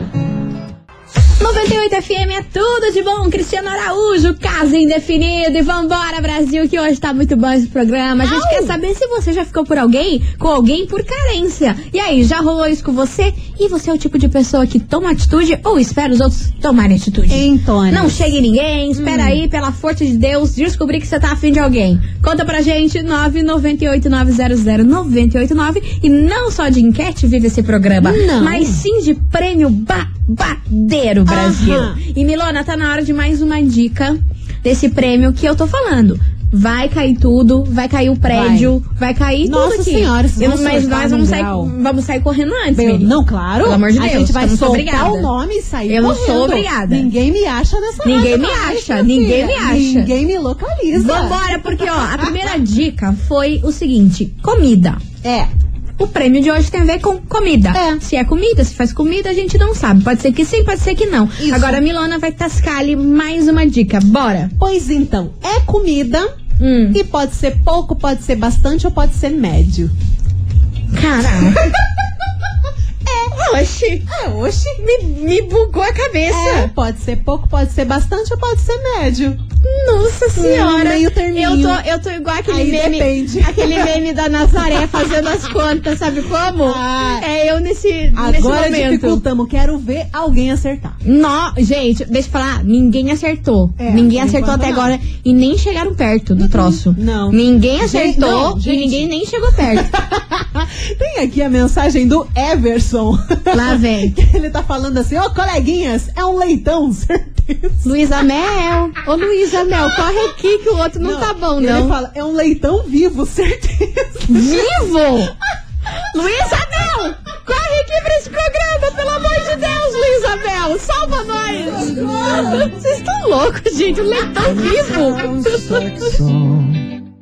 [SPEAKER 1] 98 FM é tudo de bom, Cristiano Araújo, caso indefinido. E vambora, Brasil, que hoje tá muito bom esse programa. A gente quer saber se você já ficou por alguém, com alguém por carência. E aí, já rolou isso com você? E você é o tipo de pessoa que toma atitude ou espera os outros tomarem atitude?
[SPEAKER 3] Hein, Tony?
[SPEAKER 1] Não chegue ninguém, espera
[SPEAKER 3] Hum.
[SPEAKER 1] aí, pela força de Deus, descobrir que você tá afim de alguém. Conta pra gente, 998-900-989. E não só de enquete vive esse programa,
[SPEAKER 3] Não.
[SPEAKER 1] mas sim de prêmio babadeiro, Brasil.
[SPEAKER 3] Aham.
[SPEAKER 1] E Milona, tá na hora de mais uma dica desse prêmio que eu tô falando. Vai cair tudo, vai cair o prédio, vai, cair
[SPEAKER 3] Nossa
[SPEAKER 1] tudo aqui.
[SPEAKER 3] Senhora, esses
[SPEAKER 1] Eu-
[SPEAKER 3] vão
[SPEAKER 1] mas
[SPEAKER 3] soltar
[SPEAKER 1] nós
[SPEAKER 3] num
[SPEAKER 1] vamos sair,
[SPEAKER 3] grau.
[SPEAKER 1] vamos sair correndo antes,
[SPEAKER 3] Bem,
[SPEAKER 1] Mili.
[SPEAKER 3] não, claro.
[SPEAKER 1] Pelo amor de
[SPEAKER 3] a
[SPEAKER 1] Deus,
[SPEAKER 3] gente vai
[SPEAKER 1] eu não sou
[SPEAKER 3] soltar
[SPEAKER 1] obrigada.
[SPEAKER 3] o nome e sair
[SPEAKER 1] Eu não
[SPEAKER 3] correndo.
[SPEAKER 1] sou obrigada.
[SPEAKER 3] Ninguém me acha nessa
[SPEAKER 1] Ninguém
[SPEAKER 3] rádio
[SPEAKER 1] me
[SPEAKER 3] mais,
[SPEAKER 1] acha,
[SPEAKER 3] minha
[SPEAKER 1] ninguém
[SPEAKER 3] filha.
[SPEAKER 1] me acha.
[SPEAKER 3] Ninguém me localiza.
[SPEAKER 1] Vambora, porque ó, a primeira dica foi o seguinte: comida.
[SPEAKER 3] É.
[SPEAKER 1] O prêmio de hoje tem a ver com comida.
[SPEAKER 3] É.
[SPEAKER 1] Se é comida, se faz comida, a gente não sabe. Pode ser que sim, pode ser que não.
[SPEAKER 3] Isso.
[SPEAKER 1] Agora a Milona vai tascar ali mais uma dica. Bora!
[SPEAKER 3] Pois então, é comida.
[SPEAKER 1] Hum.
[SPEAKER 3] E pode ser pouco, pode ser bastante ou pode ser médio.
[SPEAKER 1] Caralho.
[SPEAKER 3] Oxi. É, oxi.
[SPEAKER 1] me, me bugou a cabeça.
[SPEAKER 3] É, pode ser pouco, pode ser bastante ou pode ser médio.
[SPEAKER 1] Nossa senhora.
[SPEAKER 3] Hum, meio terminho.
[SPEAKER 1] Eu tô, eu tô igual aquele
[SPEAKER 3] Aí
[SPEAKER 1] meme.
[SPEAKER 3] depende.
[SPEAKER 1] Aquele meme da Nazaré fazendo as contas, sabe como?
[SPEAKER 3] Ah.
[SPEAKER 1] É eu nesse, nesse
[SPEAKER 3] Agora
[SPEAKER 1] momento.
[SPEAKER 3] dificultamos, quero ver alguém acertar.
[SPEAKER 1] Nó, gente, deixa eu falar, ninguém acertou.
[SPEAKER 3] É,
[SPEAKER 1] ninguém
[SPEAKER 3] por
[SPEAKER 1] acertou
[SPEAKER 3] enquanto
[SPEAKER 1] até
[SPEAKER 3] não.
[SPEAKER 1] agora e nem chegaram perto do troço.
[SPEAKER 3] não.
[SPEAKER 1] Ninguém
[SPEAKER 3] Gente,
[SPEAKER 1] acertou
[SPEAKER 3] não, gente.
[SPEAKER 1] e ninguém nem chegou perto.
[SPEAKER 3] Tem aqui a mensagem do Everson.
[SPEAKER 1] Lá vem.
[SPEAKER 3] Ele tá falando assim, ô coleguinhas, é um leitão, certeza.
[SPEAKER 1] Luísa Mel. Ô, Luísa Mel, corre aqui que o outro não, tá bom,
[SPEAKER 3] Ele
[SPEAKER 1] não.
[SPEAKER 3] fala, é um leitão vivo, certeza.
[SPEAKER 1] Vivo! Luísa Mel, corre aqui pra esse programa, pelo amor de Deus, Luísa Mel. Salva nós. Vocês estão loucos, gente. O leitão vivo.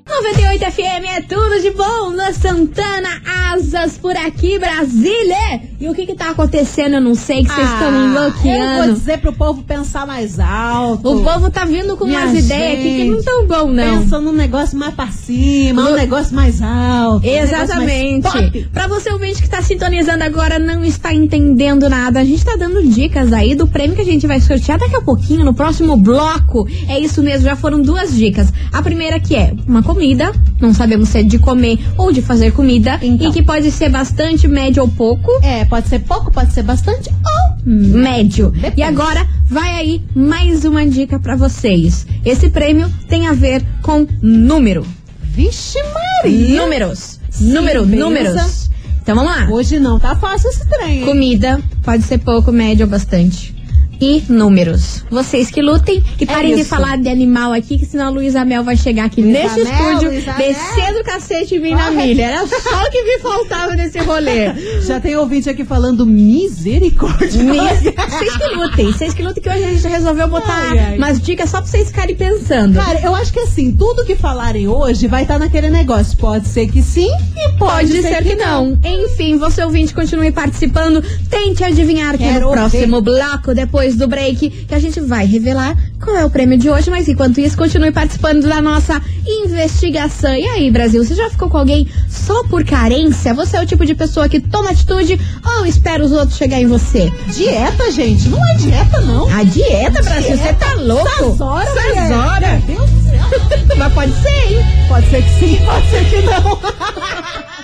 [SPEAKER 1] 98 FM é tudo de bom, Lua Santana, asas por aqui, Brasília! E o que que tá acontecendo? Eu não sei, que vocês estão
[SPEAKER 3] Ah, Eu vou
[SPEAKER 1] louqueando.
[SPEAKER 3] dizer pro povo pensar mais alto.
[SPEAKER 1] O povo tá vindo com
[SPEAKER 3] Minha
[SPEAKER 1] umas ideias aqui que
[SPEAKER 3] gente,
[SPEAKER 1] não tão bom, não.
[SPEAKER 3] Pensa num negócio mais pra cima, um
[SPEAKER 1] Lu-
[SPEAKER 3] negócio mais alto. um negócio mais
[SPEAKER 1] Exatamente.
[SPEAKER 3] top.
[SPEAKER 1] Pra você ouvinte que tá sintonizando agora, não está entendendo nada, a gente tá dando dicas aí do prêmio que a gente vai sortear daqui a pouquinho, no próximo bloco. É isso mesmo, já foram duas dicas. A primeira que é uma comida, não sabemos se é de comer ou de fazer comida,
[SPEAKER 3] Então.
[SPEAKER 1] e que pode ser bastante, médio ou pouco.
[SPEAKER 3] É, pode ser pouco, pode ser bastante, ou
[SPEAKER 1] médio. E agora vai aí mais uma dica pra vocês. Esse prêmio tem a ver com número.
[SPEAKER 3] vixe Maria.
[SPEAKER 1] Números. Número,
[SPEAKER 3] beleza.
[SPEAKER 1] números. Então vamos lá.
[SPEAKER 3] Hoje não tá fácil esse trem. hein?
[SPEAKER 1] Comida pode ser pouco, médio ou bastante. E números. Vocês que lutem e parem de
[SPEAKER 3] isso.
[SPEAKER 1] falar de animal aqui, que senão a Luísa Mel vai chegar aqui
[SPEAKER 3] Luísa
[SPEAKER 1] neste
[SPEAKER 3] Mel,
[SPEAKER 1] estúdio,
[SPEAKER 3] Luísa
[SPEAKER 1] descer do cacete e vir na
[SPEAKER 3] Corre.
[SPEAKER 1] milha. Era só o que me faltava nesse rolê.
[SPEAKER 3] Já tem ouvinte aqui falando misericórdia.
[SPEAKER 1] Mesmo. Vocês que lutem, vocês que lutem, que hoje a gente resolveu botar
[SPEAKER 3] Ai, ai.
[SPEAKER 1] umas dicas só pra vocês ficarem pensando.
[SPEAKER 3] Cara, eu acho que assim, tudo que falarem hoje vai estar naquele negócio. Pode ser que sim e pode,
[SPEAKER 1] Pode ser que não. Enfim, você ouvinte, continue participando. Tente adivinhar que é
[SPEAKER 3] Quero
[SPEAKER 1] no
[SPEAKER 3] ver.
[SPEAKER 1] próximo bloco, depois do break, que a gente vai revelar qual é o prêmio de hoje. Mas enquanto isso, continue participando da nossa investigação. E aí, Brasil, você já ficou com alguém só por carência? Você é o tipo de pessoa que toma atitude ou espera os outros chegar em você?
[SPEAKER 3] Dieta, gente, não é dieta, não.
[SPEAKER 1] A dieta, Brasil, você tá louco?
[SPEAKER 3] Sazora, mulher.
[SPEAKER 1] Sazora.
[SPEAKER 3] Meu Deus do céu.
[SPEAKER 1] Mas pode ser, hein?
[SPEAKER 3] Pode ser que sim, pode ser que não.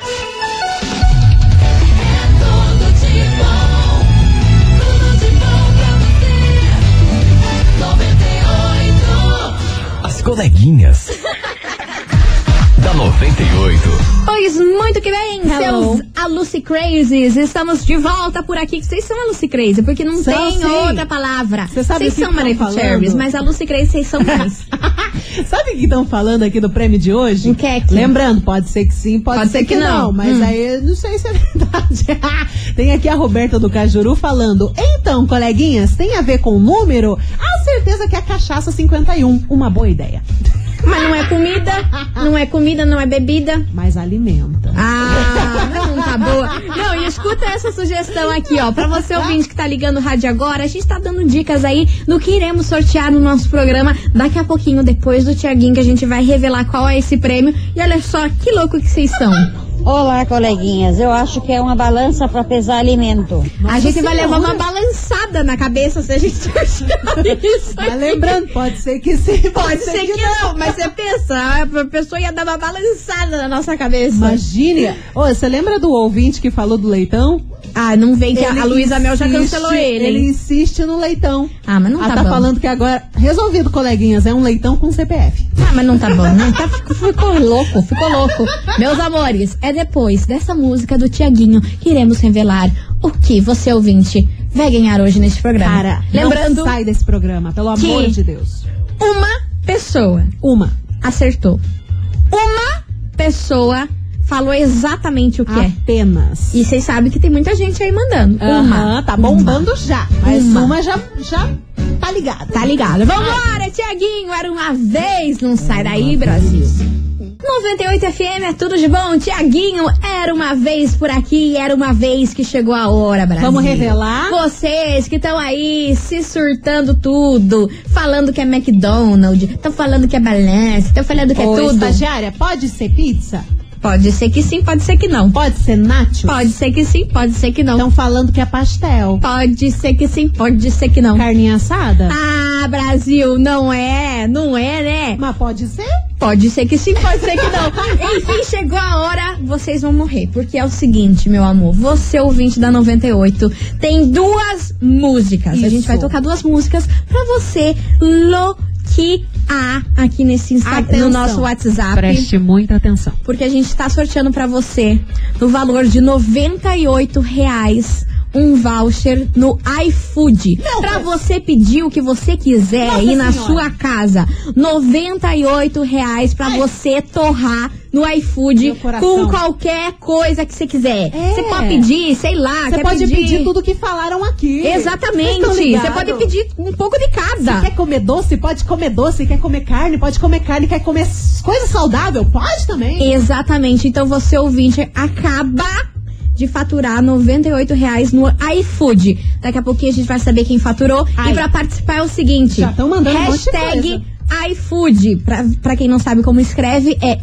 [SPEAKER 4] As coleguinhas. da 98.
[SPEAKER 1] Pois muito que bem,
[SPEAKER 3] Hello.
[SPEAKER 1] seus Aluci Crazies. Estamos de volta por aqui. que Vocês são Aluci Crazy, porque não
[SPEAKER 3] São,
[SPEAKER 1] tem
[SPEAKER 3] sim.
[SPEAKER 1] outra palavra.
[SPEAKER 3] Você sabe
[SPEAKER 1] vocês
[SPEAKER 3] o que
[SPEAKER 1] são
[SPEAKER 3] que estão
[SPEAKER 1] Maravicherrys,
[SPEAKER 3] falando?
[SPEAKER 1] mas Aluci Crazy vocês são mais.
[SPEAKER 3] Sabe o que estão falando aqui do prêmio de hoje?
[SPEAKER 1] O que é que-
[SPEAKER 3] Lembrando, pode ser que sim, pode, ser, que, não. Mas
[SPEAKER 1] Hum.
[SPEAKER 3] aí eu não sei se é verdade. tem aqui a Roberta do Cajuru falando. Então, coleguinhas, tem a ver com número? A certeza que é a cachaça 51. Uma boa ideia.
[SPEAKER 1] mas não é comida, não é comida, não é bebida.
[SPEAKER 3] Mas alimenta.
[SPEAKER 1] Ah, não tá boa. Não, e escuta essa sugestão aqui, ó. Pra você ouvinte que tá ligando o rádio agora, a gente tá dando dicas aí do que iremos sortear no nosso programa daqui a pouquinho, depois do Tiaguinho, que a gente vai revelar qual é esse prêmio. E olha só que louco que vocês são.
[SPEAKER 9] Olá, coleguinhas. Eu acho que é uma balança para pesar alimento.
[SPEAKER 1] a gente vai levar uma balançada na cabeça se a gente sortear isso.
[SPEAKER 3] Mas
[SPEAKER 1] aqui.
[SPEAKER 3] lembrando, pode ser que sim,
[SPEAKER 1] Pode ser que não, mas você pensa, a pessoa ia dar uma balançada na nossa cabeça.
[SPEAKER 3] Imagine. Ô, você lembra do ouvinte que falou do leitão?
[SPEAKER 1] Ah, não vem que
[SPEAKER 3] Ele
[SPEAKER 1] a Luísa Mel já
[SPEAKER 3] insiste-
[SPEAKER 1] cancelou ele.
[SPEAKER 3] Ele
[SPEAKER 1] hein?
[SPEAKER 3] insiste no leitão.
[SPEAKER 1] Ah, mas não
[SPEAKER 3] Ela
[SPEAKER 1] tá,
[SPEAKER 3] tá
[SPEAKER 1] bom.
[SPEAKER 3] falando que agora, resolvido, coleguinhas, é um leitão com CPF.
[SPEAKER 1] Ah, mas não tá bom, né? Tá, ficou, ficou louco, ficou louco. Meus amores, é depois dessa música do Tiaguinho que iremos revelar o que você, ouvinte, vai ganhar hoje neste programa.
[SPEAKER 3] Cara,
[SPEAKER 1] Lembrando,
[SPEAKER 3] não sai desse programa, pelo
[SPEAKER 1] que-
[SPEAKER 3] amor de Deus.
[SPEAKER 1] uma pessoa
[SPEAKER 3] Uma.
[SPEAKER 1] acertou. Uma pessoa falou exatamente o que
[SPEAKER 3] Ah.
[SPEAKER 1] é.
[SPEAKER 3] Apenas.
[SPEAKER 1] E vocês sabem que tem muita gente aí mandando.
[SPEAKER 3] Aham,
[SPEAKER 1] Uma.
[SPEAKER 3] tá bombando já. Mas
[SPEAKER 1] Uma.
[SPEAKER 3] uma, já, já tá ligada.
[SPEAKER 1] Tá ligado?
[SPEAKER 3] Ah.
[SPEAKER 1] Vambora, Tiaguinho, era uma vez. Não sai daí, Brasil. 98 FM é tudo de bom. Tiaguinho, era uma vez por aqui, era uma vez que chegou a hora, Brasil.
[SPEAKER 3] Vamos revelar?
[SPEAKER 1] Vocês que estão aí se surtando tudo, falando que é McDonald's, estão falando que é balança, estão falando que é
[SPEAKER 3] Ô,
[SPEAKER 1] tudo.
[SPEAKER 3] estagiária, pode ser pizza?
[SPEAKER 1] Pode ser que sim, pode ser que não.
[SPEAKER 3] Pode ser nacho?
[SPEAKER 1] Pode ser que sim, pode ser que não.
[SPEAKER 3] Estão falando que é pastel.
[SPEAKER 1] Pode ser que sim, pode ser que não.
[SPEAKER 3] Carninha assada?
[SPEAKER 1] Ah, Brasil, não é, não é, né?
[SPEAKER 3] Mas pode ser?
[SPEAKER 1] Pode ser que sim, pode ser que não. Enfim, chegou a hora, vocês vão morrer. Porque é o seguinte, meu amor, você ouvinte da 98 tem duas músicas. A gente
[SPEAKER 3] Isso.
[SPEAKER 1] vai tocar duas músicas pra você loquitar. A aqui nesse Insta,
[SPEAKER 3] Atenção.
[SPEAKER 1] no nosso WhatsApp.
[SPEAKER 10] Preste muita atenção.
[SPEAKER 1] Porque a gente tá sorteando pra você, no valor de R$ 98 reais, um voucher no iFood. Pra você pedir o que você quiser aí na sua casa. R$ 98 reais pra você torrar no iFood
[SPEAKER 3] Meu coração.
[SPEAKER 1] com qualquer coisa que você quiser.
[SPEAKER 3] É.
[SPEAKER 1] Você pode pedir, sei lá,
[SPEAKER 3] Você
[SPEAKER 1] quer
[SPEAKER 3] pode pedir. tudo que falaram aqui.
[SPEAKER 1] Exatamente.
[SPEAKER 3] Vocês estão
[SPEAKER 1] Você
[SPEAKER 3] ligados?
[SPEAKER 1] pode pedir um pouco de
[SPEAKER 3] Se
[SPEAKER 1] cada.
[SPEAKER 3] quer comer doce, pode comer doce. Quer comer carne, pode comer carne. Quer comer s- coisa saudável, pode também.
[SPEAKER 1] Exatamente. Então você, ouvinte, acaba de faturar R$ 98 reais no iFood. Daqui a pouquinho a gente vai saber quem faturou.
[SPEAKER 3] Ai.
[SPEAKER 1] E pra participar é o seguinte:
[SPEAKER 3] Já tão mandando um monte de
[SPEAKER 1] hashtag iFood. Pra, pra quem não sabe como escreve, é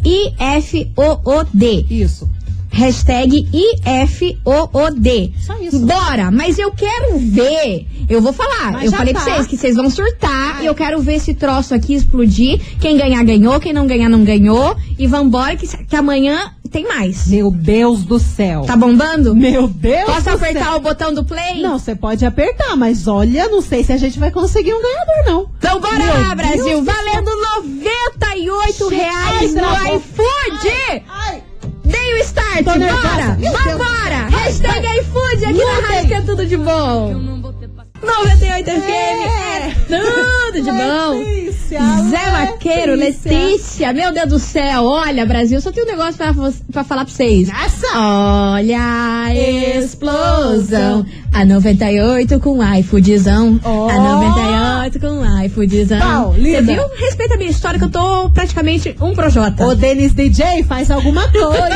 [SPEAKER 1] I-F-O-O-D.
[SPEAKER 3] Isso.
[SPEAKER 1] Hashtag I-F-O-O-D.
[SPEAKER 3] Só isso.
[SPEAKER 1] Bora, mas eu quero ver. Eu vou falar.
[SPEAKER 3] Mas
[SPEAKER 1] eu
[SPEAKER 3] já
[SPEAKER 1] falei
[SPEAKER 3] tá.
[SPEAKER 1] pra vocês que vocês vão surtar. E eu quero ver esse troço aqui explodir. Quem ganhar, ganhou. Quem não ganhar, não ganhou. E vambora, que, que amanhã tem mais.
[SPEAKER 3] Meu Deus do céu.
[SPEAKER 1] Tá bombando?
[SPEAKER 3] Meu Deus
[SPEAKER 1] Posso
[SPEAKER 3] do
[SPEAKER 1] apertar
[SPEAKER 3] céu.
[SPEAKER 1] o botão do play?
[SPEAKER 3] Não, você pode apertar, mas olha, não sei se a gente vai conseguir um ganhador, não.
[SPEAKER 1] Então bora
[SPEAKER 3] Meu
[SPEAKER 1] lá, Brasil. Valendo 98
[SPEAKER 3] Gente,
[SPEAKER 1] reais
[SPEAKER 3] ai,
[SPEAKER 1] no
[SPEAKER 3] travou.
[SPEAKER 1] iFood.
[SPEAKER 3] Ai,
[SPEAKER 1] Dei o start.
[SPEAKER 3] Tô nervosa.
[SPEAKER 1] Bora.
[SPEAKER 3] Meu Deus.
[SPEAKER 1] Vambora.
[SPEAKER 3] Vai,
[SPEAKER 1] Hashtag iFood aqui na rádio que é tudo de bom. 98 FM. É tudo de bom.
[SPEAKER 3] Letícia,
[SPEAKER 1] Zé Vaqueiro, Letícia, meu Deus do céu, olha, Brasil, só tem um negócio pra, vo- pra falar pra vocês. Olha a explosão, a 98 com iFoodzão,
[SPEAKER 3] Ó.
[SPEAKER 1] a 98 com iFoodzão.
[SPEAKER 3] Paulina.
[SPEAKER 1] Você viu? Respeita a minha história que eu tô praticamente um projota.
[SPEAKER 3] Ô, Denis DJ, faz alguma coisa.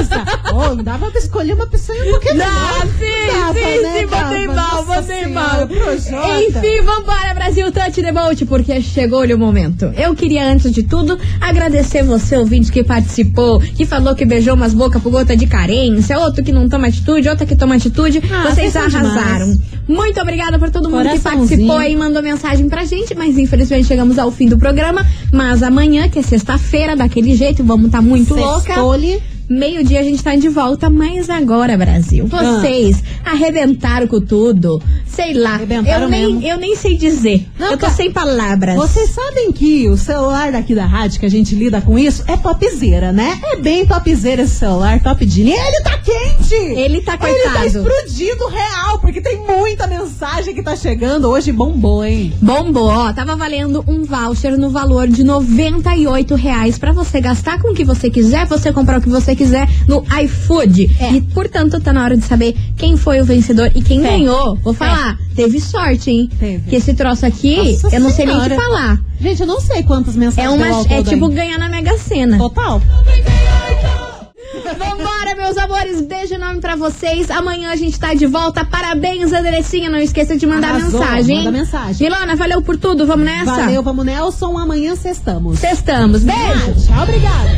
[SPEAKER 3] Ô, não dava pra escolher uma pessoa em qualquer
[SPEAKER 1] Não,
[SPEAKER 3] lugar.
[SPEAKER 1] sim,
[SPEAKER 3] Dava,
[SPEAKER 1] sim,
[SPEAKER 3] né?
[SPEAKER 1] sim, botei
[SPEAKER 3] Dava.
[SPEAKER 1] mal,
[SPEAKER 3] Nossa
[SPEAKER 1] botei
[SPEAKER 3] Senhora,
[SPEAKER 1] mal.
[SPEAKER 3] Projota.
[SPEAKER 1] Enfim, vambora, Brasil Touch the Boat, porque chegou-lhe o momento. Eu queria, antes de tudo, agradecer você, ouvinte, que participou, que falou que beijou umas bocas por gota de carência, outro que não toma atitude, outra que toma atitude.
[SPEAKER 3] Ah,
[SPEAKER 1] Vocês
[SPEAKER 3] vocês são
[SPEAKER 1] arrasaram. Muito obrigada por todo mundo que
[SPEAKER 3] Coraçãozinho.
[SPEAKER 1] participou e mandou mensagem pra gente, mas infelizmente chegamos ao fim do programa. Mas amanhã, que é sexta-feira, daquele jeito, vamos estar muito louca.
[SPEAKER 3] Sextou-lhe.
[SPEAKER 1] Meio-dia a gente tá de volta, mas agora, Brasil,
[SPEAKER 3] Ah.
[SPEAKER 1] vocês arrebentaram com tudo. Sei lá.
[SPEAKER 3] Arrebentaram
[SPEAKER 1] eu, nem,
[SPEAKER 3] mesmo.
[SPEAKER 1] eu nem sei dizer.
[SPEAKER 3] Não,
[SPEAKER 1] eu tô
[SPEAKER 3] cara,
[SPEAKER 1] sem palavras.
[SPEAKER 3] Vocês sabem que o celular daqui da rádio que a gente lida com isso é topzera, né? É bem topzera esse celular, top de linha. Ele tá quente!
[SPEAKER 1] Ele tá
[SPEAKER 3] Ele tá
[SPEAKER 1] coitado.
[SPEAKER 3] explodido real, porque tem muita mensagem que tá chegando. Hoje bombou, hein?
[SPEAKER 1] Bombou, ó, tava valendo um voucher no valor de 98 reais pra você gastar com o que você quiser, você comprar o que você quiser no iFood.
[SPEAKER 3] É.
[SPEAKER 1] E, portanto, tá na hora de saber quem foi o vencedor e quem ganhou. Vou falar, teve sorte, hein?
[SPEAKER 3] É. Teve.
[SPEAKER 1] Que esse troço aqui,
[SPEAKER 3] Nossa
[SPEAKER 1] eu não sei nem o que
[SPEAKER 3] Senhora.
[SPEAKER 1] falar.
[SPEAKER 3] Gente, eu não sei quantas mensagens
[SPEAKER 1] É, uma,
[SPEAKER 3] deu ao
[SPEAKER 1] é
[SPEAKER 3] todo
[SPEAKER 1] tipo
[SPEAKER 3] ainda.
[SPEAKER 1] ganhar na Mega Sena.
[SPEAKER 3] Total.
[SPEAKER 1] Vambora, meus amores. Beijo enorme pra vocês. Amanhã a gente tá de volta. Parabéns, Andressinha. Não esqueça de mandar
[SPEAKER 3] Arrasou.
[SPEAKER 1] mensagem. hein?
[SPEAKER 3] Manda mensagem.
[SPEAKER 1] Milona, valeu por tudo. Vamos nessa?
[SPEAKER 3] Valeu, vamos Nelson. Amanhã sextamos.
[SPEAKER 1] Sextamos. Beijo.
[SPEAKER 3] Tchau, obrigada.